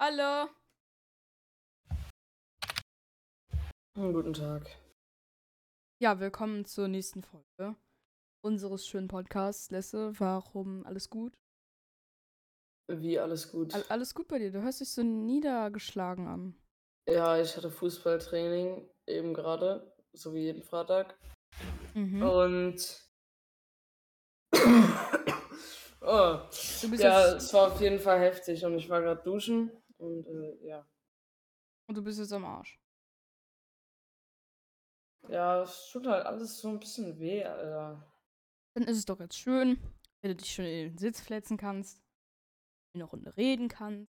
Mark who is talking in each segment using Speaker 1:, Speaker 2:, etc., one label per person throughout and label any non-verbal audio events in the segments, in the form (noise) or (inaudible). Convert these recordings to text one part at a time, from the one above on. Speaker 1: Hallo.
Speaker 2: Hm, Guten Tag.
Speaker 1: Ja, willkommen zur nächsten Folge unseres schönen Podcasts, Lesse. Warum alles gut?
Speaker 2: Wie alles gut?
Speaker 1: All alles gut bei dir? Du hörst dich so niedergeschlagen an.
Speaker 2: Ja, ich hatte Fußballtraining eben gerade, so wie jeden Freitag.
Speaker 1: Mhm.
Speaker 2: Und. (coughs) oh.
Speaker 1: Du bist
Speaker 2: Ja,
Speaker 1: jetzt,
Speaker 2: es war auf jeden Fall heftig und ich war gerade duschen und äh, ja.
Speaker 1: und du bist jetzt am Arsch.
Speaker 2: Ja, es tut halt alles so ein bisschen weh, Alter.
Speaker 1: Dann ist es doch jetzt schön, wenn du dich schön in den Sitz fletzen kannst, eine Runde reden kannst.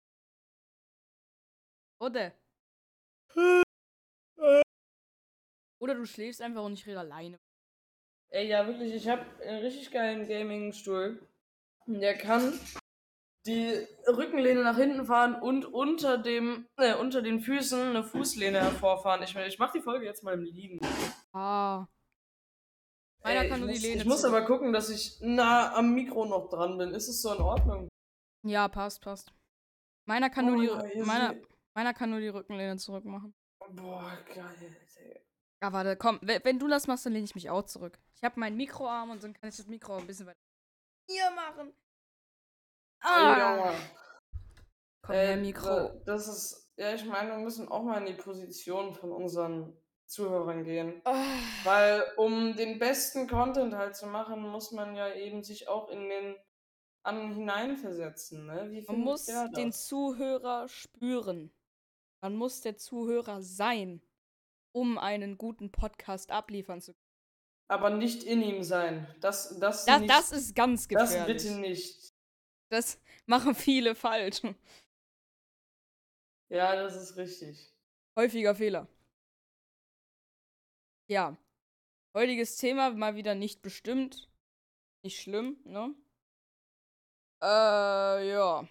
Speaker 1: Oder? Oder du schläfst einfach und ich rede alleine.
Speaker 2: Ey, ja, wirklich, ich habe einen richtig geilen Gaming-Stuhl. Und Der kann die Rückenlehne nach hinten fahren und unter, dem, äh, unter den Füßen eine Fußlehne hervorfahren. Ich, ich mache die Folge jetzt mal im Liegen.
Speaker 1: Ah. Meiner
Speaker 2: Ey,
Speaker 1: kann
Speaker 2: ich
Speaker 1: nur
Speaker 2: muss,
Speaker 1: die Lehne
Speaker 2: Ich muss
Speaker 1: zurück.
Speaker 2: aber gucken, dass ich nah am Mikro noch dran bin. Ist es so in Ordnung?
Speaker 1: Ja, passt, passt. Meiner kann,
Speaker 2: Oh,
Speaker 1: nur, die,
Speaker 2: ja,
Speaker 1: Rü- meiner,
Speaker 2: sie-
Speaker 1: meiner kann nur die Rückenlehne zurückmachen.
Speaker 2: Boah, geil. ey.
Speaker 1: Ja, warte, komm, we- wenn du das machst, dann lehne ich mich auch zurück. Ich habe meinen Mikroarm und dann kann ich das Mikro ein bisschen weiter hier machen. Ah!
Speaker 2: Ey,
Speaker 1: Komm
Speaker 2: Äh,
Speaker 1: her, Mikro.
Speaker 2: da- Das ist, ja, ich meine, wir müssen auch mal in die Position von unseren Zuhörern gehen.
Speaker 1: Ah.
Speaker 2: Weil um den besten Content halt zu machen, muss man ja eben sich auch in den anderen hineinversetzen. Ne? Wie
Speaker 1: Man
Speaker 2: findet
Speaker 1: muss
Speaker 2: der das?
Speaker 1: den Zuhörer spüren. Man muss der Zuhörer sein, um einen guten Podcast abliefern zu können.
Speaker 2: Aber nicht in ihm sein. Das, das,
Speaker 1: Das,
Speaker 2: nicht,
Speaker 1: das ist ganz gefährlich.
Speaker 2: das bitte nicht.
Speaker 1: Das machen viele falsch.
Speaker 2: Ja, das ist richtig.
Speaker 1: Häufiger Fehler. Ja. Heutiges Thema mal wieder nicht bestimmt. Nicht schlimm, ne? Äh, ja.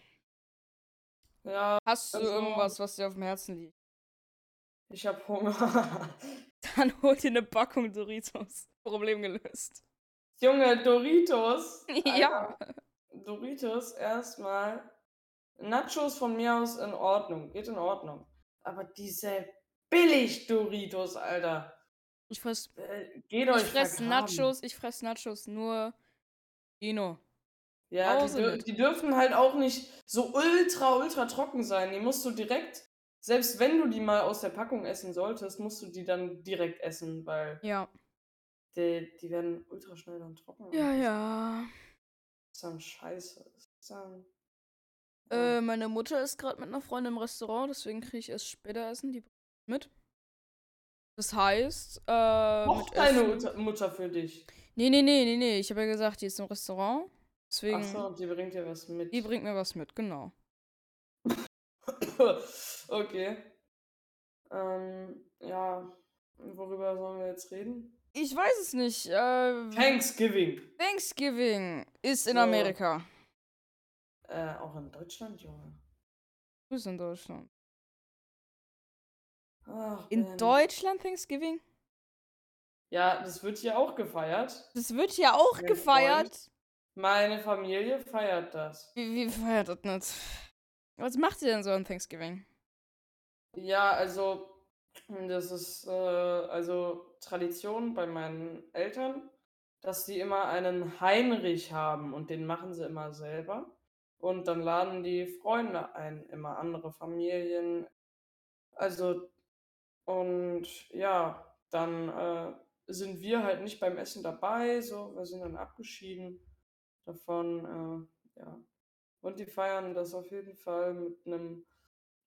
Speaker 2: Ja,
Speaker 1: Hast du
Speaker 2: Also-
Speaker 1: irgendwas, was dir auf dem Herzen liegt? (laughs)
Speaker 2: ich habe Hunger. (laughs)
Speaker 1: Dann hol dir eine Packung Doritos. (laughs) Problem gelöst.
Speaker 2: Junge, Doritos.
Speaker 1: (laughs) ja.
Speaker 2: Doritos erstmal. Nachos von mir aus in Ordnung, geht in Ordnung. Aber diese Billig-Doritos, Alter.
Speaker 1: Ich fress,
Speaker 2: Äh, geht
Speaker 1: ich
Speaker 2: euch
Speaker 1: fress
Speaker 2: vergraben.
Speaker 1: Nachos, ich fress Nachos, nur Gino.
Speaker 2: Ja, die,
Speaker 1: Hause
Speaker 2: dür
Speaker 1: mit.
Speaker 2: die dürfen halt auch nicht so ultra, ultra trocken sein. Die musst du direkt, selbst wenn du die mal aus der Packung essen solltest, musst du die dann direkt essen, weil
Speaker 1: Ja.
Speaker 2: die, die werden ultra schnell dann trocken.
Speaker 1: Ja,
Speaker 2: Und
Speaker 1: ja.
Speaker 2: Das ist dann scheiße. Das ist dann, ja.
Speaker 1: Äh, meine Mutter ist gerade mit einer Freundin im Restaurant, deswegen kriege ich erst später Essen, die bringt mit. Das heißt, äh.
Speaker 2: Kocht
Speaker 1: mit
Speaker 2: deine
Speaker 1: Essen-
Speaker 2: Mutter- Mutter für dich.
Speaker 1: Nee, nee, nee, nee, nee. Ich habe ja gesagt, die ist im Restaurant. Deswegen,
Speaker 2: Achso, und die bringt dir was mit.
Speaker 1: die bringt mir was mit, genau.
Speaker 2: (laughs) okay. Ähm, ja, worüber sollen wir jetzt reden?
Speaker 1: Ich weiß es nicht. Äh,
Speaker 2: Thanksgiving.
Speaker 1: Thanksgiving ist in
Speaker 2: So.
Speaker 1: Amerika.
Speaker 2: Äh, auch in Deutschland, Junge.
Speaker 1: Du bist in Deutschland. Ähm.
Speaker 2: Ach,
Speaker 1: In
Speaker 2: Ben.
Speaker 1: Deutschland Thanksgiving?
Speaker 2: Ja, das wird hier auch gefeiert.
Speaker 1: Das wird ja auch
Speaker 2: Mein
Speaker 1: gefeiert.
Speaker 2: Meine Familie feiert das.
Speaker 1: Wie, wie feiert das nicht? Was macht ihr denn so an Thanksgiving?
Speaker 2: Ja, also, das ist äh, also Tradition bei meinen Eltern, dass die immer einen Heinrich haben und den machen sie immer selber. Und dann laden die Freunde ein, immer andere Familien. Also, und ja, dann äh, sind wir halt nicht beim Essen dabei, so, wir sind dann abgeschieden davon, äh, ja. Und die feiern das auf jeden Fall mit einem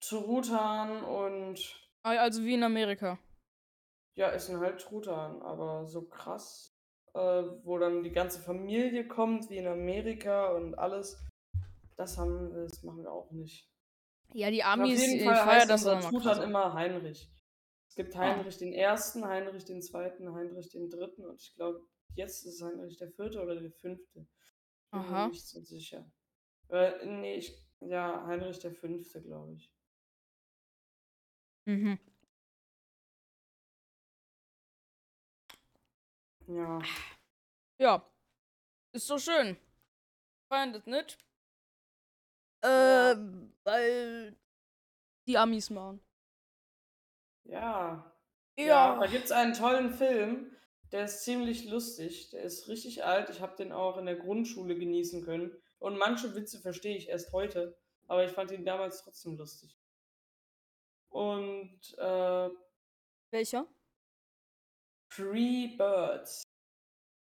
Speaker 2: Truthahn und
Speaker 1: Ah, Also wie in Amerika.
Speaker 2: ja, essen halt Truthahn, aber so krass, äh, wo dann die ganze Familie kommt, wie in Amerika und alles. Das haben wir, das machen wir auch nicht.
Speaker 1: Ja, die
Speaker 2: Und
Speaker 1: Amis
Speaker 2: auf jeden
Speaker 1: äh,
Speaker 2: Fall
Speaker 1: feiern
Speaker 2: heißt
Speaker 1: das
Speaker 2: unser
Speaker 1: aber mal
Speaker 2: Truthahn
Speaker 1: krass.
Speaker 2: immer Heinrich. Es gibt
Speaker 1: Ah.
Speaker 2: Heinrich den ersten, Heinrich den zweiten, Heinrich den dritten und ich glaube, jetzt ist Heinrich der vierte oder der fünfte. Bin mir
Speaker 1: Aha.
Speaker 2: nicht so sicher. Äh, nee, ich, ja, Heinrich der fünfte, glaube ich.
Speaker 1: Mhm.
Speaker 2: Ja.
Speaker 1: Ah. Ja. Ist doch schön. Feiern das nicht?
Speaker 2: Ja.
Speaker 1: Ähm, Äh, weil die Amis machen.
Speaker 2: Ja. Ja, da gibt es einen tollen Film, der ist ziemlich lustig. Der ist richtig alt. Ich habe den auch in der Grundschule genießen können. Und manche Witze verstehe ich erst heute, aber ich fand ihn damals trotzdem lustig. Und äh,
Speaker 1: Welcher?
Speaker 2: Free Birds.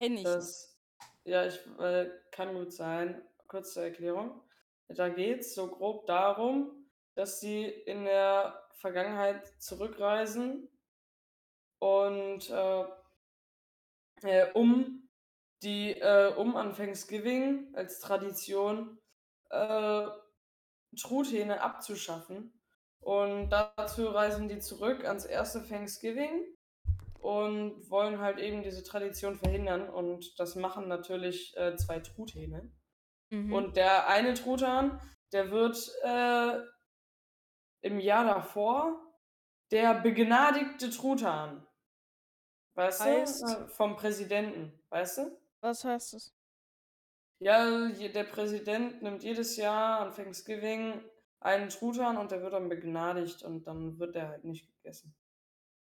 Speaker 1: Kenn ich. nicht.
Speaker 2: Das, ja, ich äh, kann gut sein. Kurze Erklärung. Da geht es so grob darum, dass sie in der Vergangenheit zurückreisen und äh, äh, um die äh, um an Thanksgiving als Tradition äh, Truthähne abzuschaffen. Und dazu reisen die zurück ans erste Thanksgiving und wollen halt eben diese Tradition verhindern. Und das machen natürlich äh, zwei Truthähne.
Speaker 1: Mhm.
Speaker 2: Und der eine Truthahn, der wird äh, im Jahr davor der begnadigte Truthahn. Weißt
Speaker 1: Heißt?
Speaker 2: du? Äh, vom Präsidenten, weißt du?
Speaker 1: was heißt das?
Speaker 2: Ja, je- der Präsident nimmt jedes Jahr an Thanksgiving einen Truthahn und der wird dann begnadigt und dann wird der halt nicht gegessen.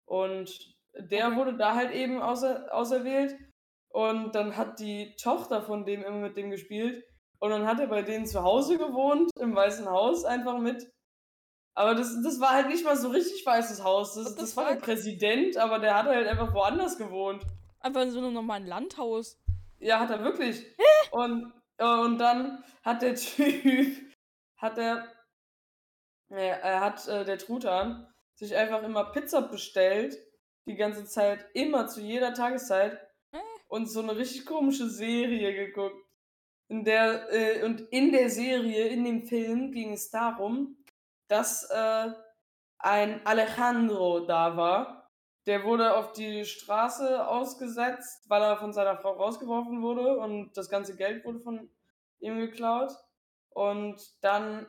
Speaker 2: Und der
Speaker 1: Okay.
Speaker 2: wurde da halt eben auser auserwählt und dann hat die Tochter von dem immer mit dem gespielt und dann hat er bei denen zu Hause gewohnt, im Weißen Haus einfach mit. Aber das, das war halt nicht mal so richtig Weißes Haus. Das,
Speaker 1: What the
Speaker 2: das war der
Speaker 1: fuck?
Speaker 2: Präsident, aber der hat halt einfach woanders gewohnt.
Speaker 1: Einfach in so einem normalen Landhaus.
Speaker 2: Ja, hat er wirklich. Und, und dann hat der (laughs) Typ, hat der, äh, er hat äh, der Truthahn sich einfach immer Pizza bestellt, die ganze Zeit, immer zu jeder Tageszeit und so eine richtig komische Serie geguckt. In der, äh, und in der Serie, in dem Film, ging es darum, dass äh, ein Alejandro da war. Der wurde auf die Straße ausgesetzt, weil er von seiner Frau rausgeworfen wurde und das ganze Geld wurde von ihm geklaut. Und dann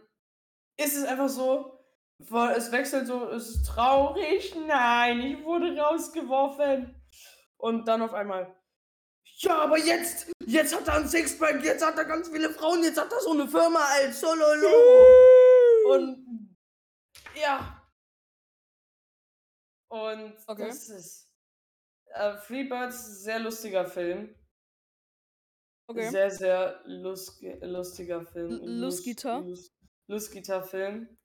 Speaker 2: ist es einfach so, weil es wechselt so, es ist traurig, nein, ich wurde rausgeworfen. Und dann auf einmal, ja, aber jetzt, jetzt hat er ein Sixpack, jetzt hat er ganz viele Frauen, jetzt hat er so eine Firma als Sololo. Und ja. Und
Speaker 1: Okay.
Speaker 2: das ist äh, Freebirds, sehr lustiger Film.
Speaker 1: Okay.
Speaker 2: Sehr, sehr lust, lustiger Film.
Speaker 1: L- Lustgitter?
Speaker 2: Lust, Lustgitter-Film.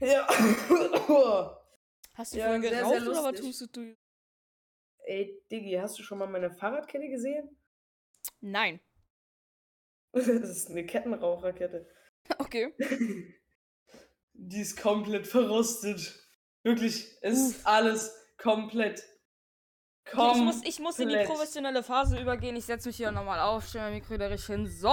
Speaker 2: Ja. (coughs)
Speaker 1: Hast du
Speaker 2: Ja,
Speaker 1: vorhin
Speaker 2: sehr, sehr
Speaker 1: geraucht oder was
Speaker 2: lustig.
Speaker 1: tust du?
Speaker 2: Ey, Diggi, hast du schon mal meine Fahrradkette gesehen? (laughs)
Speaker 1: Nein. (laughs)
Speaker 2: Das ist eine Kettenraucherkette.
Speaker 1: Okay.
Speaker 2: Die ist komplett verrostet. Wirklich, es ist alles komplett.
Speaker 1: Okay,
Speaker 2: Komm.
Speaker 1: ich, muss, ich muss in die
Speaker 2: komplett.
Speaker 1: professionelle Phase übergehen. Ich setze mich hier nochmal auf, stelle mein Mikro wieder richtig hin. So.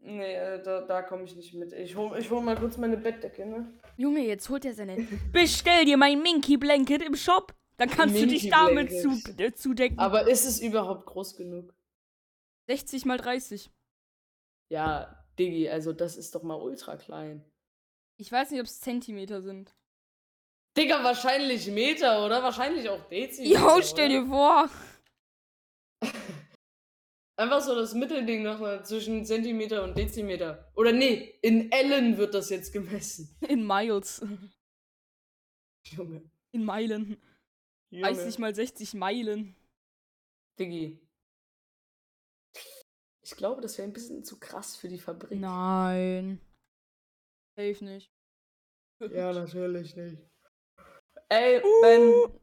Speaker 2: Nee, äh, da, da komme ich nicht mit. Ich hole ich hol mal kurz meine Bettdecke, ne?
Speaker 1: Junge, jetzt holt er
Speaker 2: (laughs)
Speaker 1: seine. Bestell dir mein Minky Blanket im Shop. Dann kannst du dich
Speaker 2: Minky
Speaker 1: damit zu,
Speaker 2: Blanket.
Speaker 1: äh, zudecken.
Speaker 2: Aber ist es überhaupt groß genug?
Speaker 1: 60 mal 30.
Speaker 2: Ja, Diggi, also das ist doch mal ultra klein.
Speaker 1: Ich weiß nicht, ob es Zentimeter sind.
Speaker 2: Digga, wahrscheinlich Meter, oder? Wahrscheinlich auch Dezimeter.
Speaker 1: Jo, stell
Speaker 2: oder?
Speaker 1: dir vor.
Speaker 2: Einfach so das Mittelding nochmal zwischen Zentimeter und Dezimeter. Oder nee, in Ellen wird das jetzt gemessen. (laughs)
Speaker 1: In Miles.
Speaker 2: Junge.
Speaker 1: In Meilen.
Speaker 2: Junge.
Speaker 1: 30 mal 60 Meilen.
Speaker 2: Diggi. Ich glaube, das wäre ein bisschen zu krass für die Fabrik.
Speaker 1: Nein. Safe nicht.
Speaker 2: Ja, natürlich nicht. Ey, Ben,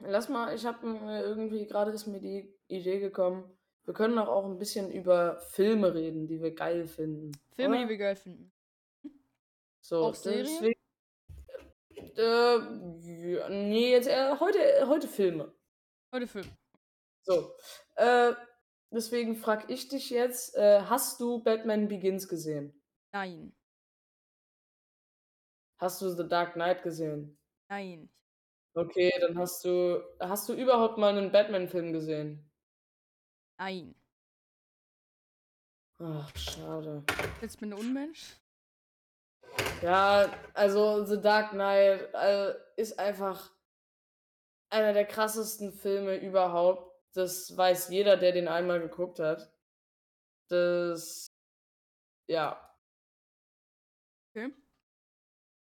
Speaker 2: lass mal, ich habe irgendwie gerade ist mir die Idee gekommen. Wir können doch auch ein bisschen über Filme reden, die wir geil finden.
Speaker 1: (laughs) Filme,
Speaker 2: oder?
Speaker 1: die wir geil finden.
Speaker 2: so,
Speaker 1: auch Serien?
Speaker 2: deswegen- Äh, ja, nee, jetzt eher heute, heute Filme.
Speaker 1: Heute Film.
Speaker 2: So. Äh, deswegen frage ich dich jetzt: äh, Hast du Batman Begins gesehen?
Speaker 1: Nein.
Speaker 2: Hast du The Dark Knight gesehen?
Speaker 1: Nein.
Speaker 2: Okay, dann hast du. Hast du überhaupt mal einen Batman-Film gesehen?
Speaker 1: Nein.
Speaker 2: Ach, schade.
Speaker 1: Jetzt bin ich ein Unmensch.
Speaker 2: Ja, also The Dark Knight äh, ist einfach einer der krassesten Filme überhaupt. Das weiß jeder, der den einmal geguckt hat. Das. Ja.
Speaker 1: Okay.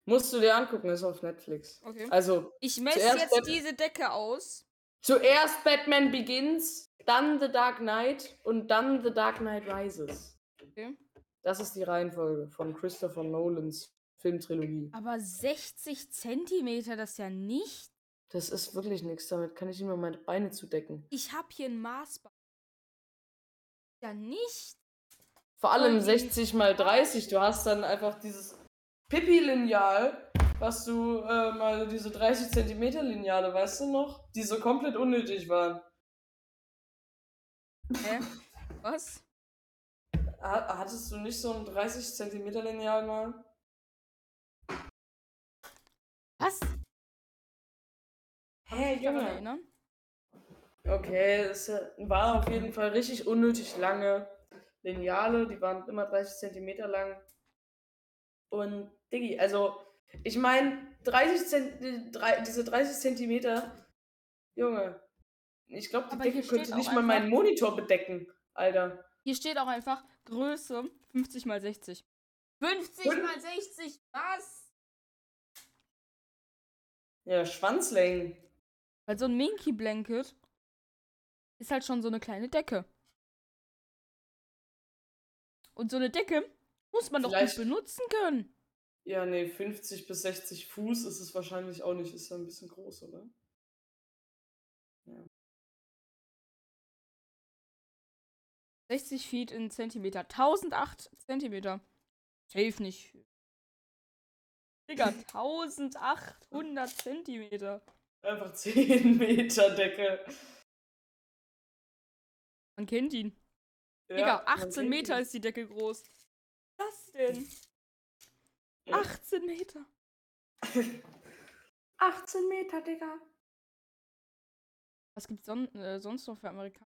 Speaker 2: Musst du dir angucken, ist auf Netflix.
Speaker 1: Okay.
Speaker 2: Also,
Speaker 1: Ich messe
Speaker 2: Zuerst
Speaker 1: jetzt
Speaker 2: Batman.
Speaker 1: diese Decke aus.
Speaker 2: zuerst Batman Begins, dann The Dark Knight und dann The Dark Knight Rises.
Speaker 1: Okay.
Speaker 2: Das ist die Reihenfolge von Christopher Nolans Filmtrilogie.
Speaker 1: Aber 60 Zentimeter, das ist ja nicht.
Speaker 2: Das ist wirklich nichts, damit kann ich nicht mal meine Beine zudecken.
Speaker 1: Ich habe hier ein Maßband. Ja, nicht.
Speaker 2: Vor allem
Speaker 1: die-
Speaker 2: 60 mal 30, du hast dann einfach dieses Pippi-Lineal, was du äh, mal diese 30 Zentimeter Lineale, weißt du noch? Die so komplett unnötig waren. (laughs)
Speaker 1: Hä? Was?
Speaker 2: Ha- Hattest du nicht so ein 30 Zentimeter Lineal mal?
Speaker 1: Was?
Speaker 2: Hey,
Speaker 1: Daran erinnern?
Speaker 2: Okay, es äh, war auf jeden Fall richtig unnötig lange Lineale, die waren immer 30 Zentimeter lang. Und Diggi, also, ich meine, 30 Zent äh, drei- diese 30 Zentimeter, Junge, ich glaube, die
Speaker 1: Aber hier
Speaker 2: Decke könnte
Speaker 1: steht
Speaker 2: nicht
Speaker 1: auch
Speaker 2: mal
Speaker 1: einfach-
Speaker 2: meinen Monitor bedecken, Alter.
Speaker 1: Hier steht auch einfach Größe 50 mal 60. 50
Speaker 2: Fünf-
Speaker 1: mal 60, was?
Speaker 2: Ja, Schwanzlängen.
Speaker 1: Weil so ein Minky Blanket ist halt schon so eine kleine Decke. Und so eine Decke muss man
Speaker 2: Vielleicht-
Speaker 1: doch gut benutzen können.
Speaker 2: Ja, nee, 50 bis 60 Fuß ist es wahrscheinlich auch nicht, ist ja ein bisschen groß, oder? Ja.
Speaker 1: 60 Feet in Zentimeter. 1008 Zentimeter. Safe nicht. Digga, 1800 Zentimeter.
Speaker 2: Einfach (laughs) 10 Meter Decke.
Speaker 1: Man kennt ihn.
Speaker 2: Ja,
Speaker 1: Digga,
Speaker 2: man
Speaker 1: 18
Speaker 2: kennt
Speaker 1: Meter
Speaker 2: ihn.
Speaker 1: ist die Decke groß. Was denn?
Speaker 2: Ja.
Speaker 1: 18 Meter.
Speaker 2: 18 Meter, Digga.
Speaker 1: Was gibt's son äh, sonst noch für Amerikaner?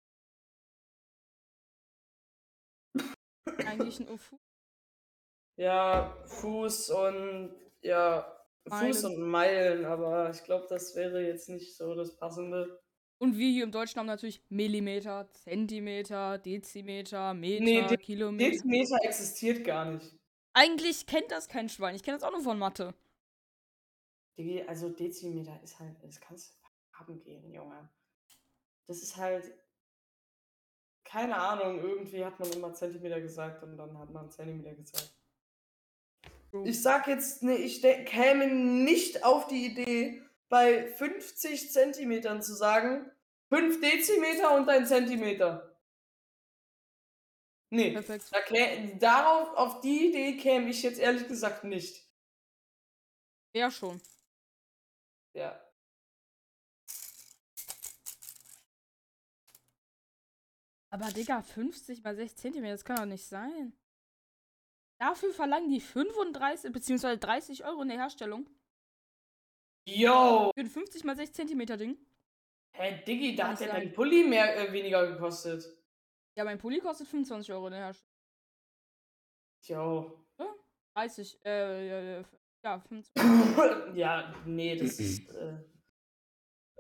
Speaker 1: Eigentlich ein Ufu.
Speaker 2: Ja, Fuß und ja, Fuß
Speaker 1: Meilen.
Speaker 2: und Meilen, aber ich glaube, das wäre jetzt nicht so das passende.
Speaker 1: Und wir hier im Deutschen haben natürlich Millimeter, Zentimeter, Dezimeter, Meter,
Speaker 2: Nee, De-
Speaker 1: Kilometer.
Speaker 2: Dezimeter existiert gar nicht.
Speaker 1: Eigentlich kennt das kein Schwein. Ich kenne das auch nur von Mathe.
Speaker 2: Digi, Also Dezimeter ist halt, das kannst du haben gehen, Junge. Das ist halt, keine Ahnung, irgendwie hat man immer Zentimeter gesagt und dann hat man Zentimeter gesagt. Ich sag jetzt, ne, ich de- käme nicht auf die Idee, bei 50 Zentimetern zu sagen, 5 Dezimeter und ein Zentimeter. Nee,
Speaker 1: Perfekt.
Speaker 2: da kä- darauf, auf die Idee käme ich jetzt ehrlich gesagt nicht.
Speaker 1: Ja, schon.
Speaker 2: Ja.
Speaker 1: Aber Digga, 50 mal 6 Zentimeter, das kann doch nicht sein. Dafür verlangen die 35 bzw. 30 Euro in der Herstellung
Speaker 2: Yo!
Speaker 1: für ein 50 mal 6 Zentimeter Ding.
Speaker 2: Hä, Diggi, da
Speaker 1: Kann
Speaker 2: hat
Speaker 1: nicht
Speaker 2: ja
Speaker 1: sein.
Speaker 2: dein Pulli mehr äh, weniger gekostet.
Speaker 1: Ja, mein Pulli kostet 25 Euro ne, in der Herstellung.
Speaker 2: Yo.
Speaker 1: 30, äh, äh, ja, 25.
Speaker 2: ja, nee, das ist äh,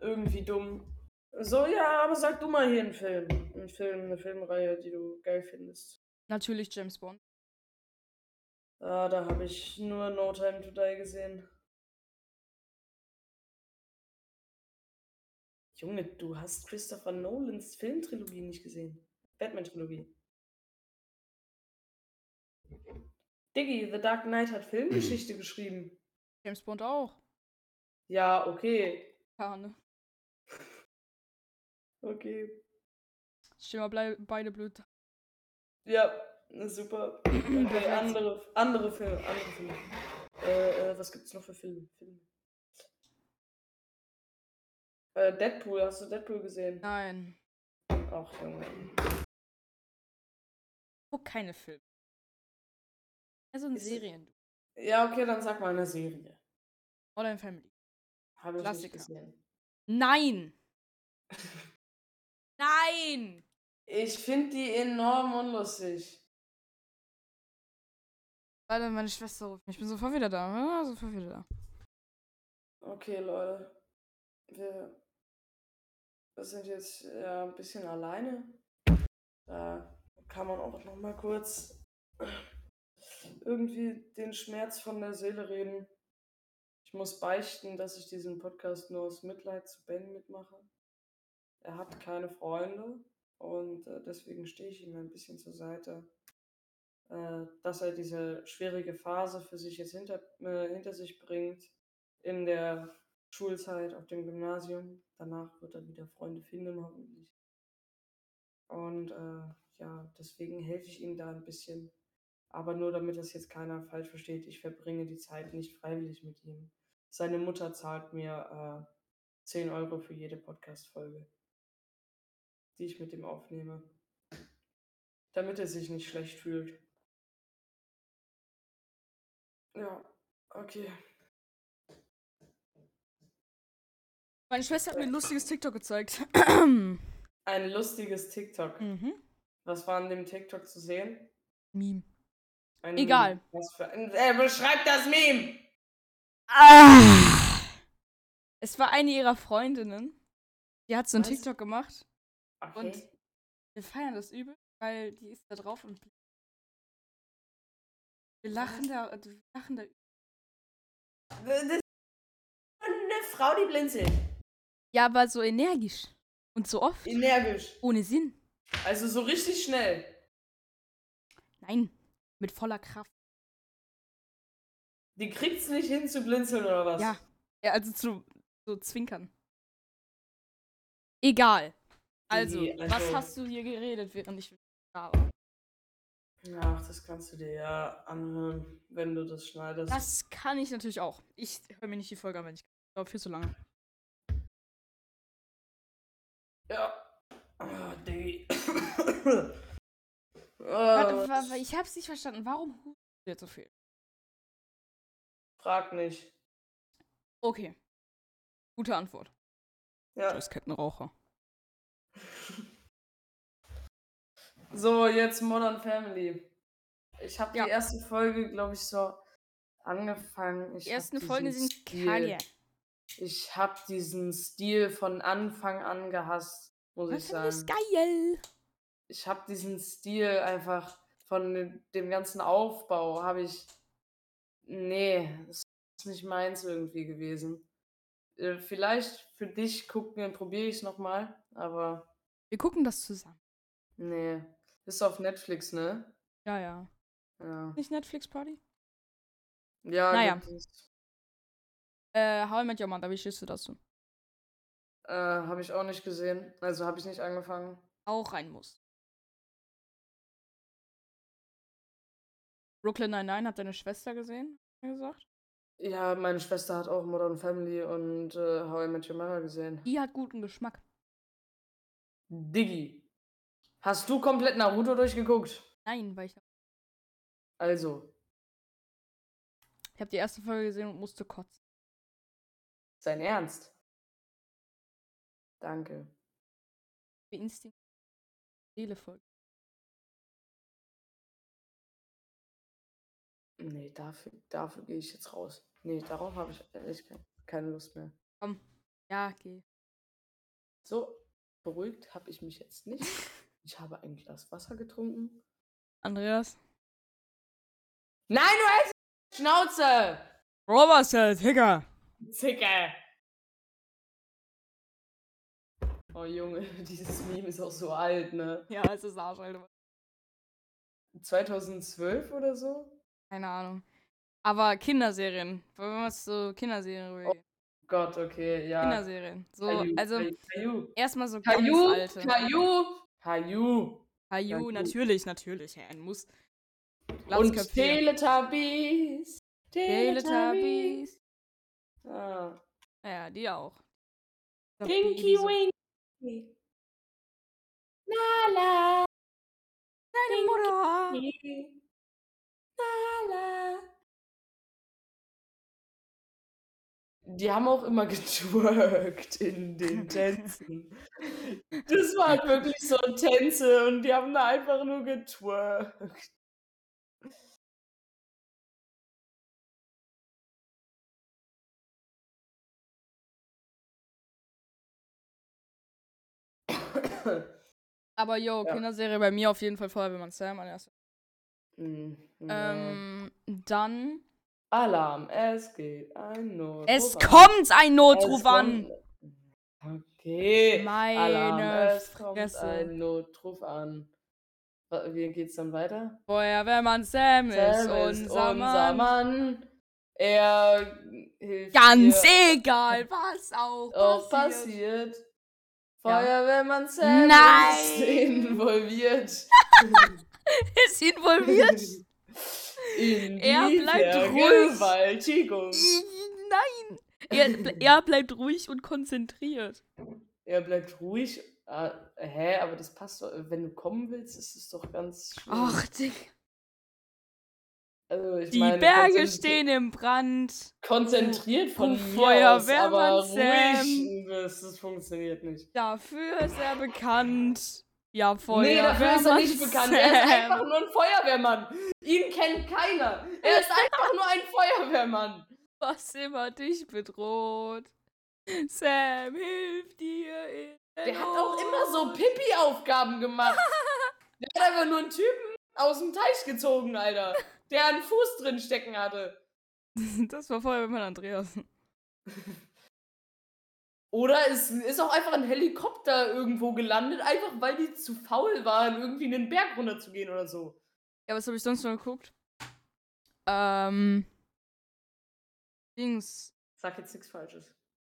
Speaker 2: irgendwie dumm. So, ja, aber sag du mal hier einen Film. Einen Film, eine Filmreihe, die du geil findest.
Speaker 1: Natürlich James Bond.
Speaker 2: Ah, da habe ich nur No Time to Die gesehen. Junge, du hast Christopher Nolans Filmtrilogie nicht gesehen. Batman-Trilogie. Diggi, The Dark Knight hat Filmgeschichte geschrieben.
Speaker 1: James Bond auch.
Speaker 2: Ja, okay.
Speaker 1: Ja, ne?
Speaker 2: Okay.
Speaker 1: Stehen wir blei- beide blöd. da.
Speaker 2: Ja, super. Okay,
Speaker 1: Perfekt.
Speaker 2: andere, andere Filme, andere Filme. Äh, äh, was gibt's noch für Filme? Filme. Äh, Deadpool, hast du Deadpool gesehen?
Speaker 1: Nein.
Speaker 2: Ach, Junge.
Speaker 1: Guck keine Filme. Also in
Speaker 2: Ist-
Speaker 1: Serien.
Speaker 2: Ja, okay, dann sag mal eine Serie.
Speaker 1: Modern Family.
Speaker 2: Habe ich
Speaker 1: Klassiker.
Speaker 2: nicht gesehen.
Speaker 1: (laughs) Nein! Nein!
Speaker 2: Ich finde die enorm unlustig.
Speaker 1: Warte, meine Schwester ruft mich. Ich bin sofort wieder da. Ja, sofort wieder da.
Speaker 2: Okay, Leute. Wir wir sind jetzt ja, ein bisschen alleine. Da kann man auch noch mal kurz irgendwie den Schmerz von der Seele reden. Ich muss beichten, dass ich diesen Podcast nur aus Mitleid zu Ben mitmache. Er hat keine Freunde und äh, deswegen stehe ich ihm ein bisschen zur Seite, äh, dass er diese schwierige Phase für sich jetzt hinter, äh, hinter sich bringt in der Schulzeit auf dem Gymnasium. Danach wird er wieder Freunde finden, hoffentlich. Und äh, ja, deswegen helfe ich ihm da ein bisschen. Aber nur damit das jetzt keiner falsch versteht, ich verbringe die Zeit nicht freiwillig mit ihm. Seine Mutter zahlt mir äh, 10 Euro für jede Podcast-Folge, die ich mit ihm aufnehme. Damit er sich nicht schlecht fühlt. Ja, okay.
Speaker 1: Meine Schwester hat mir ein lustiges TikTok gezeigt. (clears throat)
Speaker 2: Ein lustiges TikTok.
Speaker 1: mhm.
Speaker 2: Was war an dem TikTok zu sehen?
Speaker 1: Meme.
Speaker 2: Ein
Speaker 1: Egal.
Speaker 2: Was für ein, äh, beschreibt das Meme!
Speaker 1: Ah. Es war eine ihrer Freundinnen. Die hat so ein
Speaker 2: Was?
Speaker 1: TikTok gemacht.
Speaker 2: Okay.
Speaker 1: Und wir feiern das übel, weil die ist da drauf und wir lachen da, also wir lachen da.
Speaker 2: Das ist eine Frau, die blinzelt.
Speaker 1: Ja, aber so energisch und so oft,
Speaker 2: Energisch.
Speaker 1: ohne Sinn.
Speaker 2: Also so richtig schnell.
Speaker 1: Nein, mit voller Kraft.
Speaker 2: Die kriegt's nicht hin zu blinzeln oder was?
Speaker 1: Ja, ja also zu so zwinkern. Egal. Also,
Speaker 2: Die-
Speaker 1: was
Speaker 2: also-
Speaker 1: hast du hier geredet, während ich da war?
Speaker 2: Ach, das kannst du dir ja anhören, wenn du das schneidest.
Speaker 1: Das kann ich natürlich auch. Ich höre mir nicht die Folge an, wenn ich glaube, viel zu lange.
Speaker 2: Ja. Ah,
Speaker 1: (coughs)
Speaker 2: Diggi.
Speaker 1: Warte,
Speaker 2: äh,
Speaker 1: wa- wa- ich hab's nicht verstanden. Warum hustest du jetzt so viel?
Speaker 2: frag nicht.
Speaker 1: Okay. Gute Antwort.
Speaker 2: Ja.
Speaker 1: Scheiß Kettenraucher.
Speaker 2: So, jetzt Modern Family. Ich habe
Speaker 1: Ja.
Speaker 2: die erste Folge, glaube ich, so angefangen. Ich
Speaker 1: Die
Speaker 2: hab
Speaker 1: ersten
Speaker 2: diesen
Speaker 1: Folgen sind
Speaker 2: Stil-
Speaker 1: kacke.
Speaker 2: Ich habe diesen Stil von Anfang an gehasst, muss
Speaker 1: Das
Speaker 2: ich sagen.
Speaker 1: ist geil.
Speaker 2: ich habe diesen Stil einfach von dem- dem ganzen Aufbau, habe ich. Nee, das ist nicht meins irgendwie gewesen. Äh, Vielleicht für dich gucken und probiere ich es nochmal, aber
Speaker 1: Wir gucken das zusammen.
Speaker 2: nee. Ist auf Netflix, ne?
Speaker 1: Ja, ja.
Speaker 2: Ja.
Speaker 1: Nicht Netflix Party?
Speaker 2: Ja,
Speaker 1: Naja.
Speaker 2: gibt es.
Speaker 1: Äh, How I Met Your Mother, wie stehst du dazu?
Speaker 2: Äh, habe ich auch nicht gesehen. Also habe ich nicht angefangen.
Speaker 1: Auch rein muss. Brooklyn Nine-Nine hat deine Schwester gesehen, hat er gesagt.
Speaker 2: Ja, meine Schwester hat auch Modern Family und äh, How I Met Your Mother gesehen.
Speaker 1: Die hat guten Geschmack.
Speaker 2: Diggi. Hast du komplett Naruto durchgeguckt?
Speaker 1: Nein, weil ich,
Speaker 2: Also,
Speaker 1: ich habe die erste Folge gesehen und musste kotzen.
Speaker 2: sein Ernst. Danke.
Speaker 1: Wie Instinkt. Seele voll.
Speaker 2: Nee, dafür, dafür gehe ich jetzt raus. Nee, darauf habe ich ehrlich ke- keine Lust mehr.
Speaker 1: Ja, geh.
Speaker 2: So, beruhigt habe ich mich jetzt nicht. Ich habe ein Glas Wasser getrunken.
Speaker 1: Andreas?
Speaker 2: Nein, du hältst die Schnauze!
Speaker 1: Roboter, Digga!
Speaker 2: Zicke! Oh Junge, (laughs) dieses Meme ist auch so alt, ne?
Speaker 1: Ja, es ist Arsch, Alter.
Speaker 2: 2012 oder so?
Speaker 1: Keine Ahnung. Aber Kinderserien. Wollen wir mal zu Kinderserien rübergehen?
Speaker 2: Gott, okay, ja.
Speaker 1: Kinderserien. So,
Speaker 2: Caillou,
Speaker 1: also
Speaker 2: Caillou, Caillou.
Speaker 1: erstmal so ganz
Speaker 2: Caillou,
Speaker 1: alte.
Speaker 2: Caillou, Caillou.
Speaker 1: Caillou,
Speaker 2: Caillou.
Speaker 1: natürlich, natürlich. Ja, ein Muss.
Speaker 2: Und
Speaker 1: Glasköpfchen.
Speaker 2: Teletubbies.
Speaker 1: Teletubbies.
Speaker 2: Ah.
Speaker 1: Ja, die auch.
Speaker 2: Tinky Winky. Nala.
Speaker 1: Deine Mutter.
Speaker 2: Nala. Die haben auch immer (laughs) getwerkt in den Tänzen. Das waren wirklich so Tänze und die haben da einfach nur getwerkt.
Speaker 1: Aber yo,
Speaker 2: Ja.
Speaker 1: Kinderserie bei mir auf jeden Fall Feuerwehrmann Sam. Meine erste.
Speaker 2: Mm, ja.
Speaker 1: Ähm, dann
Speaker 2: Alarm, es geht ein Notruf.
Speaker 1: Es
Speaker 2: an.
Speaker 1: kommt ein Notruf
Speaker 2: Es
Speaker 1: an.
Speaker 2: kommt- Okay. Alarm,
Speaker 1: Meine
Speaker 2: es kommt
Speaker 1: Fresse.
Speaker 2: ein Notruf an. Wa- Wie geht's dann weiter?
Speaker 1: Feuerwehrmann Sam,
Speaker 2: Sam
Speaker 1: ist unser Mann.
Speaker 2: Mann. Er hilft
Speaker 1: Ganz
Speaker 2: dir.
Speaker 1: egal, was auch
Speaker 2: auch
Speaker 1: passiert.
Speaker 2: passiert.
Speaker 1: Ja.
Speaker 2: Feuerwehrmann Sam ist
Speaker 1: Nein.
Speaker 2: involviert.
Speaker 1: Ist
Speaker 2: (laughs)
Speaker 1: involviert?
Speaker 2: In
Speaker 1: Er
Speaker 2: die
Speaker 1: bleibt ruhig.
Speaker 2: Vergewaltigung.
Speaker 1: Nein. Er, er bleibt ruhig und konzentriert.
Speaker 2: Er bleibt ruhig. Ah, hä, aber das passt doch. Wenn du kommen willst, ist es doch ganz schön.
Speaker 1: Ach, Digga.
Speaker 2: also, ich
Speaker 1: Die
Speaker 2: meine,
Speaker 1: Berge
Speaker 2: konzentri-
Speaker 1: stehen im Brand.
Speaker 2: Konzentriert von
Speaker 1: Ruf
Speaker 2: mir
Speaker 1: Feuerwehrmann
Speaker 2: aus, aber
Speaker 1: Sam.
Speaker 2: ruhig. Das, das funktioniert nicht.
Speaker 1: Dafür ist er bekannt. Ja,
Speaker 2: nee,
Speaker 1: Feuerwehrmann
Speaker 2: dafür ist er nicht bekannt. Er ist
Speaker 1: Sam.
Speaker 2: einfach nur ein Feuerwehrmann. Ihn kennt keiner.
Speaker 1: (laughs)
Speaker 2: Er ist einfach nur ein Feuerwehrmann.
Speaker 1: was immer dich bedroht. Sam, hilf dir. in
Speaker 2: Der hat
Speaker 1: Not.
Speaker 2: auch immer so
Speaker 1: (laughs)
Speaker 2: Pipi-Aufgaben gemacht. Der hat einfach nur einen Typen aus dem Teich gezogen, Alter. Der einen Fuß drin stecken hatte.
Speaker 1: (laughs) Das war Feuerwehrmann Andreas.
Speaker 2: Oder es ist auch einfach ein Helikopter irgendwo gelandet, einfach weil die zu faul waren, irgendwie einen Berg runterzugehen oder so.
Speaker 1: Ja, was habe ich sonst noch geguckt? Ähm. Dings.
Speaker 2: Sag jetzt nichts Falsches.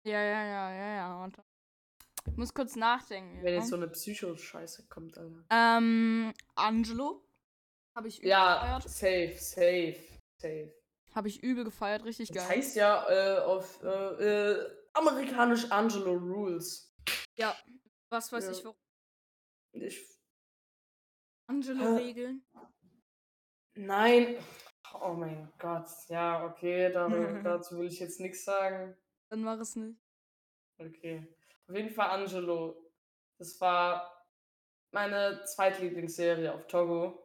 Speaker 1: Ja, ja, ja, ja, ja. Warte. Ich muss kurz nachdenken.
Speaker 2: Wenn
Speaker 1: ja.
Speaker 2: jetzt so eine Psycho-Scheiße kommt, Alter.
Speaker 1: ähm, Angelo. Habe ich übel
Speaker 2: Ja,
Speaker 1: gefeiert.
Speaker 2: safe, safe, safe.
Speaker 1: Habe ich übel gefeiert, richtig
Speaker 2: Das
Speaker 1: geil.
Speaker 2: heißt ja äh, auf äh, äh, amerikanisch Angelo Rules.
Speaker 1: Ja. Was weiß
Speaker 2: Ja.
Speaker 1: ich, warum
Speaker 2: Ich, Äh.
Speaker 1: Angelo-Regeln.
Speaker 2: nein. Oh mein Gott. Ja, okay,
Speaker 1: (laughs)
Speaker 2: da, dazu will ich jetzt nichts sagen.
Speaker 1: Dann war es nicht.
Speaker 2: Okay. Auf jeden Fall Angelo. Das war meine zweitlieblingsserie auf Togo.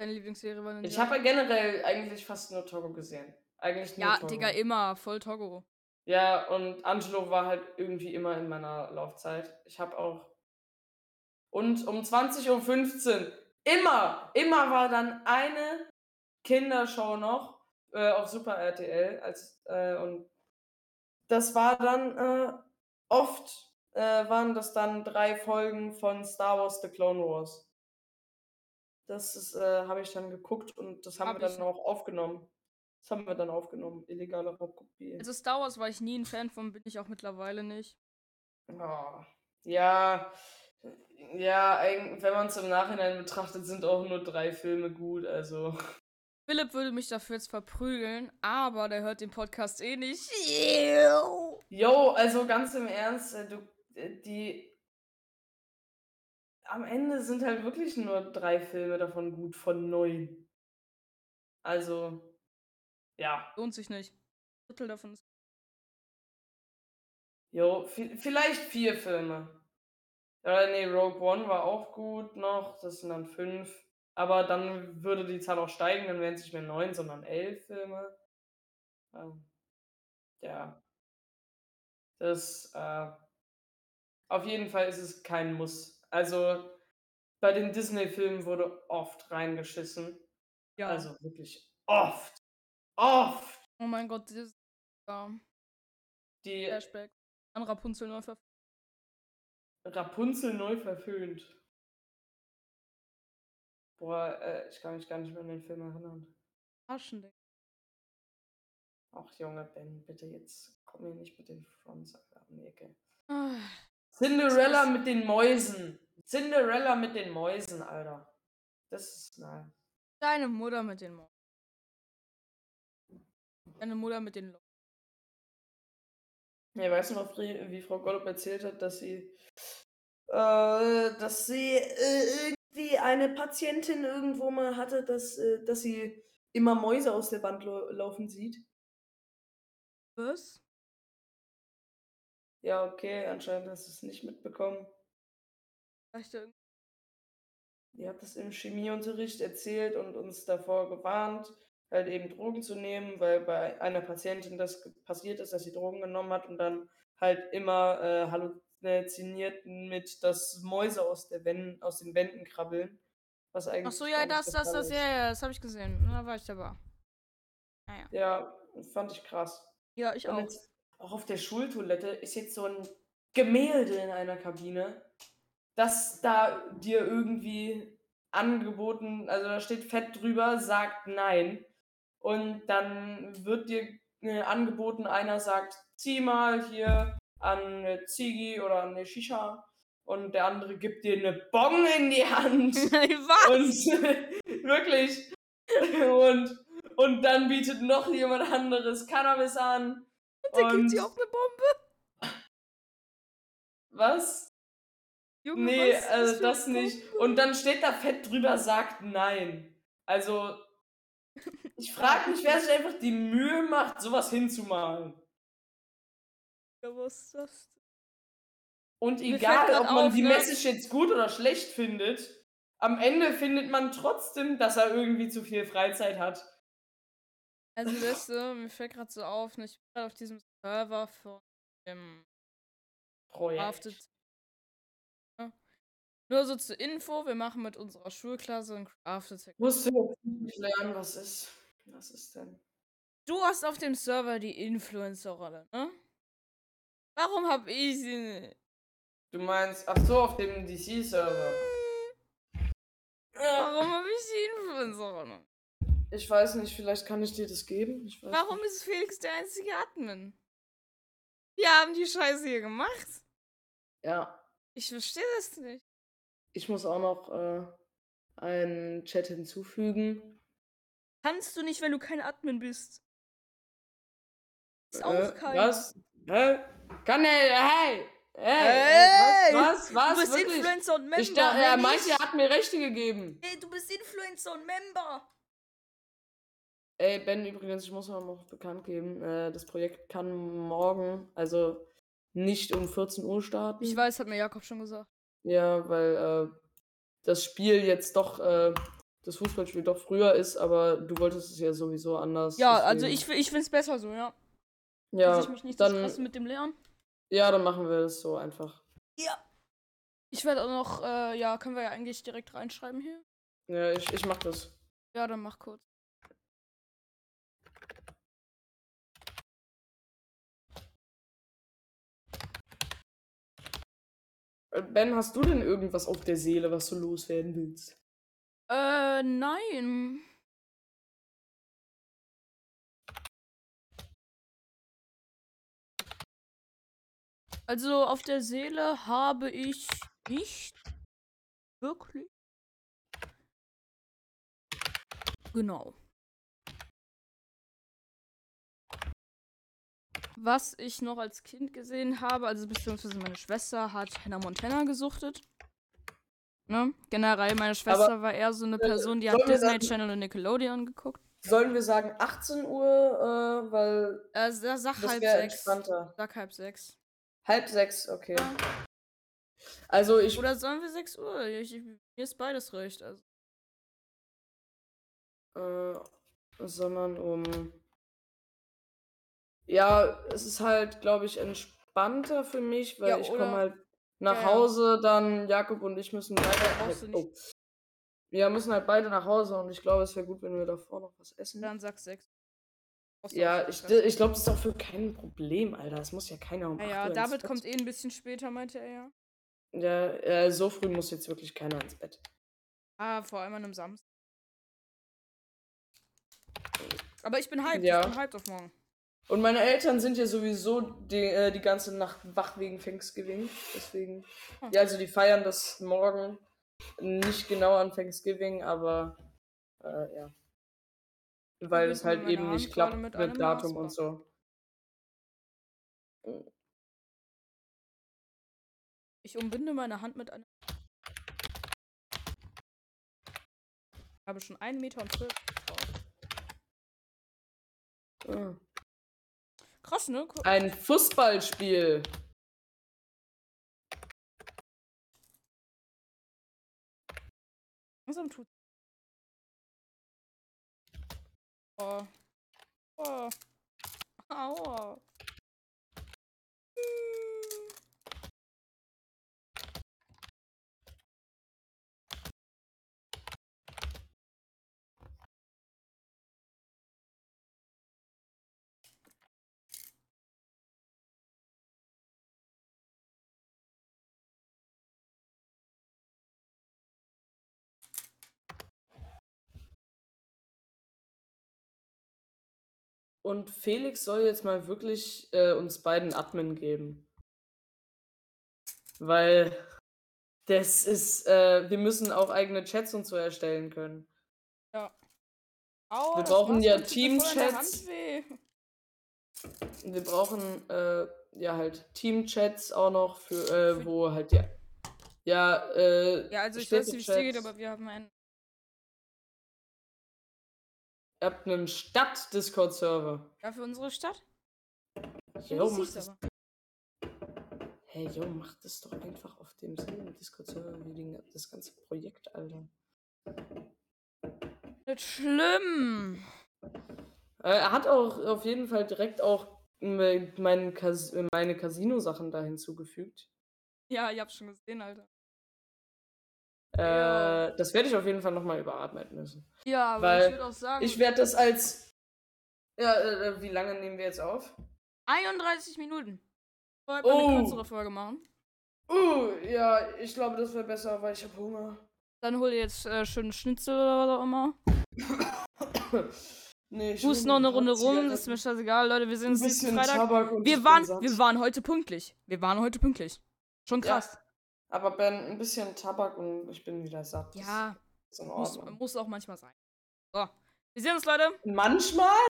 Speaker 1: Deine Lieblingsserie war
Speaker 2: Ich halt-
Speaker 1: Ninja.
Speaker 2: habe generell eigentlich fast nur Togo gesehen. Eigentlich nur
Speaker 1: Ja,
Speaker 2: Togo.
Speaker 1: Digga, immer. Voll Togo.
Speaker 2: Ja, und Angelo war halt irgendwie immer in meiner Laufzeit. Ich habe auch. Und um 20.15 Uhr, immer, immer war dann eine Kindershow noch äh, auf Super RTL. Als, äh, und das war dann äh, oft, äh, waren das dann drei Folgen von Star Wars The Clone Wars. Das ist, äh, habe ich dann geguckt und das haben
Speaker 1: Hab
Speaker 2: wir
Speaker 1: ich
Speaker 2: dann auch aufgenommen. Das haben wir dann aufgenommen, illegale Raubkopie.
Speaker 1: Also Star Wars war ich nie ein Fan von, bin ich auch mittlerweile nicht.
Speaker 2: Ja, Oh. ja, ja, eig- wenn man es im Nachhinein betrachtet, sind auch nur drei Filme gut, also.
Speaker 1: Philipp würde mich dafür jetzt verprügeln, aber der hört den Podcast eh (laughs) nicht.
Speaker 2: Yo, also ganz im Ernst, äh, du, äh, die. Am Ende sind halt wirklich nur drei Filme davon gut, von neun. Also, ja.
Speaker 1: Lohnt sich nicht. Ein Drittel davon ist.
Speaker 2: Jo, vi- vielleicht vier Filme. Oder nee, Rogue One war auch gut noch, das sind dann fünf. Aber dann würde die Zahl auch steigen, dann wären es nicht mehr neun, sondern elf Filme. Ähm, ja. Das, äh, auf jeden Fall ist es kein Muss. Also, bei den Disney-Filmen wurde oft reingeschissen.
Speaker 1: Ja.
Speaker 2: Also wirklich oft. Oft!
Speaker 1: Oh mein Gott, dieses ja.
Speaker 2: Die
Speaker 1: Flashback. An Rapunzel neu verfilmt.
Speaker 2: Rapunzel neu verföhnt. Boah, äh, ich kann mich gar nicht mehr an den Film erinnern.
Speaker 1: Arschen, Digga.
Speaker 2: Ach Junge, Ben, bitte jetzt komm mir nicht mit den Fronts Alter, um die Ecke.
Speaker 1: Ah,
Speaker 2: Cinderella mit den Mäusen. Cinderella mit den Mäusen, Alter. Das ist nein.
Speaker 1: Deine Mutter mit den Mauern. Deine Mutter mit den Lo
Speaker 2: Ja, weißt du noch, Fri- wie Frau Gollop erzählt hat, dass sie, äh, dass sie äh, irgendwie eine Patientin irgendwo mal hatte, dass, äh, dass sie immer Mäuse aus der Wand lau- laufen sieht?
Speaker 1: Was?
Speaker 2: Ja, okay, anscheinend hast du es nicht mitbekommen.
Speaker 1: Vielleicht irgend-
Speaker 2: Ihr habt es im Chemieunterricht erzählt und uns davor gewarnt, halt eben Drogen zu nehmen, weil bei einer Patientin das ge- passiert ist, dass sie Drogen genommen hat und dann halt immer äh, halluziniert mit, dass Mäuse aus, der Wän- aus den Wänden krabbeln. Was eigentlich
Speaker 1: Ach so,
Speaker 2: gar
Speaker 1: ja,
Speaker 2: nicht
Speaker 1: das,
Speaker 2: der
Speaker 1: das,
Speaker 2: Fall
Speaker 1: das,
Speaker 2: ist.
Speaker 1: ja, ja, das habe ich gesehen. Da war ich dabei. Naja.
Speaker 2: Ja, fand ich krass.
Speaker 1: Ja, ich (laughs)
Speaker 2: Und
Speaker 1: auch.
Speaker 2: jetzt, auch auf der Schultoilette ist jetzt so ein Gemälde in einer Kabine, das da dir irgendwie angeboten, also da steht fett drüber, sagt nein. Und dann wird dir äh, angeboten, einer sagt, zieh mal hier an eine Ziggy oder an eine Shisha. Und der andere gibt dir eine Bong in die Hand.
Speaker 1: Was?
Speaker 2: Und (laughs) wirklich. Und, und dann bietet noch jemand anderes Cannabis an.
Speaker 1: Der gibt
Speaker 2: und-
Speaker 1: sie auch eine Bombe.
Speaker 2: Was?
Speaker 1: Junge,
Speaker 2: Nee,
Speaker 1: was, was
Speaker 2: also
Speaker 1: für eine
Speaker 2: das nicht. Und dann steht da fett drüber, sagt nein. Also, ich frage mich, wer sich einfach die Mühe macht, sowas hinzumalen.
Speaker 1: Bombe? Was ist das?
Speaker 2: Und
Speaker 1: Mir
Speaker 2: egal,
Speaker 1: fällt grad
Speaker 2: ob man
Speaker 1: auf,
Speaker 2: die
Speaker 1: ne?
Speaker 2: Message jetzt gut oder schlecht findet, am Ende findet man trotzdem, dass er irgendwie zu viel Freizeit hat.
Speaker 1: Also, weißt du, mir fällt gerade so auf, ne, ich bin gerade auf diesem Server von dem
Speaker 2: Projekt.
Speaker 1: Crafted. Ja. Nur so zur Info, wir machen mit unserer Schulklasse ein Crafted. Hack.
Speaker 2: Musst du jetzt nicht lernen, was ist. Was ist denn?
Speaker 1: Du hast auf dem Server die Influencer-Rolle, ne? Warum hab ich sie nicht?
Speaker 2: Du meinst, ach so, auf dem DC-Server.
Speaker 1: Warum hab ich die Influencer-Rolle?
Speaker 2: Ich weiß nicht, vielleicht kann ich dir das geben. Ich weiß
Speaker 1: Warum
Speaker 2: Nicht.
Speaker 1: ist Felix der einzige Admin? Wir haben die Scheiße hier gemacht.
Speaker 2: Ja,
Speaker 1: Ich verstehe das nicht.
Speaker 2: ich muss auch noch äh, einen Chat hinzufügen.
Speaker 1: Kannst du nicht, wenn du kein Admin bist. Ist auch
Speaker 2: äh,
Speaker 1: kein.
Speaker 2: Was? Hä? Kann er, hey! Hey!
Speaker 1: Hey!
Speaker 2: hey, Was? Was?
Speaker 1: Du bist
Speaker 2: wirklich?
Speaker 1: Influencer und Member.
Speaker 2: ich dachte, er
Speaker 1: wenn
Speaker 2: meinte,
Speaker 1: nicht-
Speaker 2: er hat mir Rechte gegeben.
Speaker 1: Ey, du bist Influencer und Member.
Speaker 2: Ey, Ben, übrigens, ich muss mal noch bekannt geben, äh, das Projekt kann morgen, also nicht um 14 Uhr starten.
Speaker 1: Ich weiß, hat mir Jakob schon gesagt.
Speaker 2: Ja, weil äh, das Spiel jetzt doch, äh, das Fußballspiel doch früher ist, aber du wolltest es ja sowieso anders.
Speaker 1: Ja, also
Speaker 2: deswegen-
Speaker 1: ich, fi- ich find's besser so, ja. Dass ich
Speaker 2: Ja,
Speaker 1: mich nicht
Speaker 2: dann-
Speaker 1: so krass mit dem Lernen.
Speaker 2: ja, dann machen wir das so einfach.
Speaker 1: Ich werde auch noch, äh, ja, können wir ja eigentlich direkt reinschreiben hier.
Speaker 2: Ja, ich, ich mach das.
Speaker 1: Ja, dann mach kurz.
Speaker 2: Äh, Ben, hast du denn irgendwas auf der Seele, was du loswerden willst?
Speaker 1: Äh, nein. Also auf der Seele habe ich nicht wirklich. Genau. Was ich noch als Kind gesehen habe, also beziehungsweise meine Schwester hat Hannah Montana gesuchtet. Ne? Generell, meine Schwester war eher so eine Person, die hat
Speaker 2: äh, sollen wir
Speaker 1: Disney
Speaker 2: dann-
Speaker 1: Channel und Nickelodeon geguckt.
Speaker 2: Sollen wir sagen 18 Uhr, äh, weil
Speaker 1: Äh, sa- sag
Speaker 2: das
Speaker 1: halb
Speaker 2: wäre
Speaker 1: sechs.
Speaker 2: entspannter.
Speaker 1: Sag halb sechs.
Speaker 2: Halb sechs, okay.
Speaker 1: Ja.
Speaker 2: Also ich,
Speaker 1: Oder sollen wir 6 Uhr? Ich, ich, mir ist beides recht. Also.
Speaker 2: äh, sondern um. Ja, es ist halt, glaube ich, entspannter für mich, weil
Speaker 1: Ja,
Speaker 2: ich
Speaker 1: oder-
Speaker 2: komme halt nach
Speaker 1: Ja, ja.
Speaker 2: Hause, dann Jakob und ich müssen
Speaker 1: Brauchst du
Speaker 2: beide.
Speaker 1: nicht.
Speaker 2: Oh. Wir müssen halt beide nach Hause und ich glaube, es wäre gut, wenn wir davor noch was essen.
Speaker 1: Dann sag 6.
Speaker 2: Mhm. ja, ich, ich glaube, das ist auch für kein Problem, Alter. Es muss ja keiner um
Speaker 1: Ja,
Speaker 2: 8
Speaker 1: Ah ja
Speaker 2: Uhr ins
Speaker 1: David
Speaker 2: Bett.
Speaker 1: kommt eh ein bisschen später, meinte er ja.
Speaker 2: Ja, äh, so früh muss jetzt wirklich keiner ins Bett.
Speaker 1: Ah, vor allem an einem Samstag. Aber ich bin hyped.
Speaker 2: Ja.
Speaker 1: Ich bin hyped auf morgen.
Speaker 2: Und meine Eltern sind ja sowieso die, äh, die ganze Nacht wach wegen Thanksgiving. Deswegen.
Speaker 1: Hm.
Speaker 2: Ja, also die feiern das morgen. Nicht genau an Thanksgiving, aber äh, ja. Weil
Speaker 1: Wir
Speaker 2: es halt
Speaker 1: nehmen
Speaker 2: eben
Speaker 1: eine
Speaker 2: nicht klappt
Speaker 1: Handvoll mit
Speaker 2: mit,
Speaker 1: einem
Speaker 2: Datum
Speaker 1: Maßband.
Speaker 2: und so.
Speaker 1: Ich umbinde meine Hand mit einer. Ich habe schon einen Meter und zwölf.
Speaker 2: Ah.
Speaker 1: Krass, ne? Guck.
Speaker 2: Ein Fußballspiel.
Speaker 1: Langsam tut. Oh. Oh. Aua.
Speaker 2: Und Felix soll jetzt mal wirklich äh, uns beiden Admin geben. Weil das ist, äh, wir müssen auch eigene Chats und so erstellen können.
Speaker 1: Ja. Aua,
Speaker 2: Wir
Speaker 1: das
Speaker 2: brauchen
Speaker 1: war's,
Speaker 2: ja
Speaker 1: mir tut mir voll an der
Speaker 2: Teamchats.
Speaker 1: Hand weh.
Speaker 2: Wir brauchen äh, ja halt Team-Chats auch noch für, äh, wo halt ja. Ja, äh,
Speaker 1: Ja, also ich weiß nicht, wie es dir geht,
Speaker 2: Städtechats.
Speaker 1: aber wir haben einen.
Speaker 2: ihr habt einen Stadt-Discord-Server.
Speaker 1: Ja, für unsere Stadt? Ja,
Speaker 2: Jo,
Speaker 1: das
Speaker 2: macht
Speaker 1: siehst
Speaker 2: das,
Speaker 1: aber.
Speaker 2: hey, jo, macht das doch einfach auf dem selben Discord-Server wie den- das ganze Projekt, Alter.
Speaker 1: Nicht schlimm.
Speaker 2: Äh, Er hat auch auf jeden Fall direkt auch me- meinen Cas meine Casino-Sachen da hinzugefügt.
Speaker 1: Ja, ich hab's schon gesehen, Alter. Ja.
Speaker 2: Äh, das werde ich auf jeden Fall nochmal überarbeiten müssen.
Speaker 1: Ja, aber
Speaker 2: Weil
Speaker 1: ich würde auch sagen,
Speaker 2: Ich werde das als. Ja, äh, äh, wie lange nehmen wir jetzt auf?
Speaker 1: 31 Minuten. Wollen wir eine
Speaker 2: Oh.
Speaker 1: kürzere Folge machen?
Speaker 2: Uh, ja, ich glaube, das wäre besser, weil ich habe Hunger.
Speaker 1: Dann hol dir jetzt äh, schön Schnitzel oder was auch immer.
Speaker 2: Nee, ich
Speaker 1: Fuß
Speaker 2: will
Speaker 1: noch eine
Speaker 2: nur
Speaker 1: Runde rum,
Speaker 2: Zigaretten,
Speaker 1: das ist mir scheißegal, Leute. Wir sehen
Speaker 2: ein
Speaker 1: uns nächsten
Speaker 2: bisschen
Speaker 1: Freitag.
Speaker 2: Tabak und ich
Speaker 1: Wir
Speaker 2: bin
Speaker 1: waren,
Speaker 2: satt.
Speaker 1: wir waren heute pünktlich. Wir waren heute pünktlich. Schon
Speaker 2: Ja.
Speaker 1: krass.
Speaker 2: Aber Ben, ein bisschen Tabak und ich bin wieder satt. Das
Speaker 1: Ja,
Speaker 2: ist in
Speaker 1: muss,
Speaker 2: Ordnung.
Speaker 1: muss auch manchmal sein. So. Wir sehen uns, Leute.
Speaker 2: Manchmal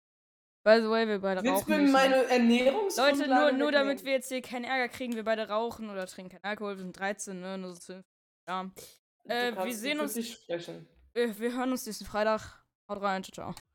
Speaker 1: By the way, wir beide
Speaker 2: willst
Speaker 1: rauchen.
Speaker 2: du mir
Speaker 1: nicht, ne?
Speaker 2: meine Ernährung
Speaker 1: Leute, nur, nur damit wir jetzt hier keinen Ärger kriegen, wir beide rauchen oder trinken keinen Alkohol. Wir sind 13, ne? Nur so zu ja. äh, wir sehen uns-
Speaker 2: Nicht sprechen.
Speaker 1: wir, wir hören uns nächsten Freitag. Haut rein, ciao, ciao.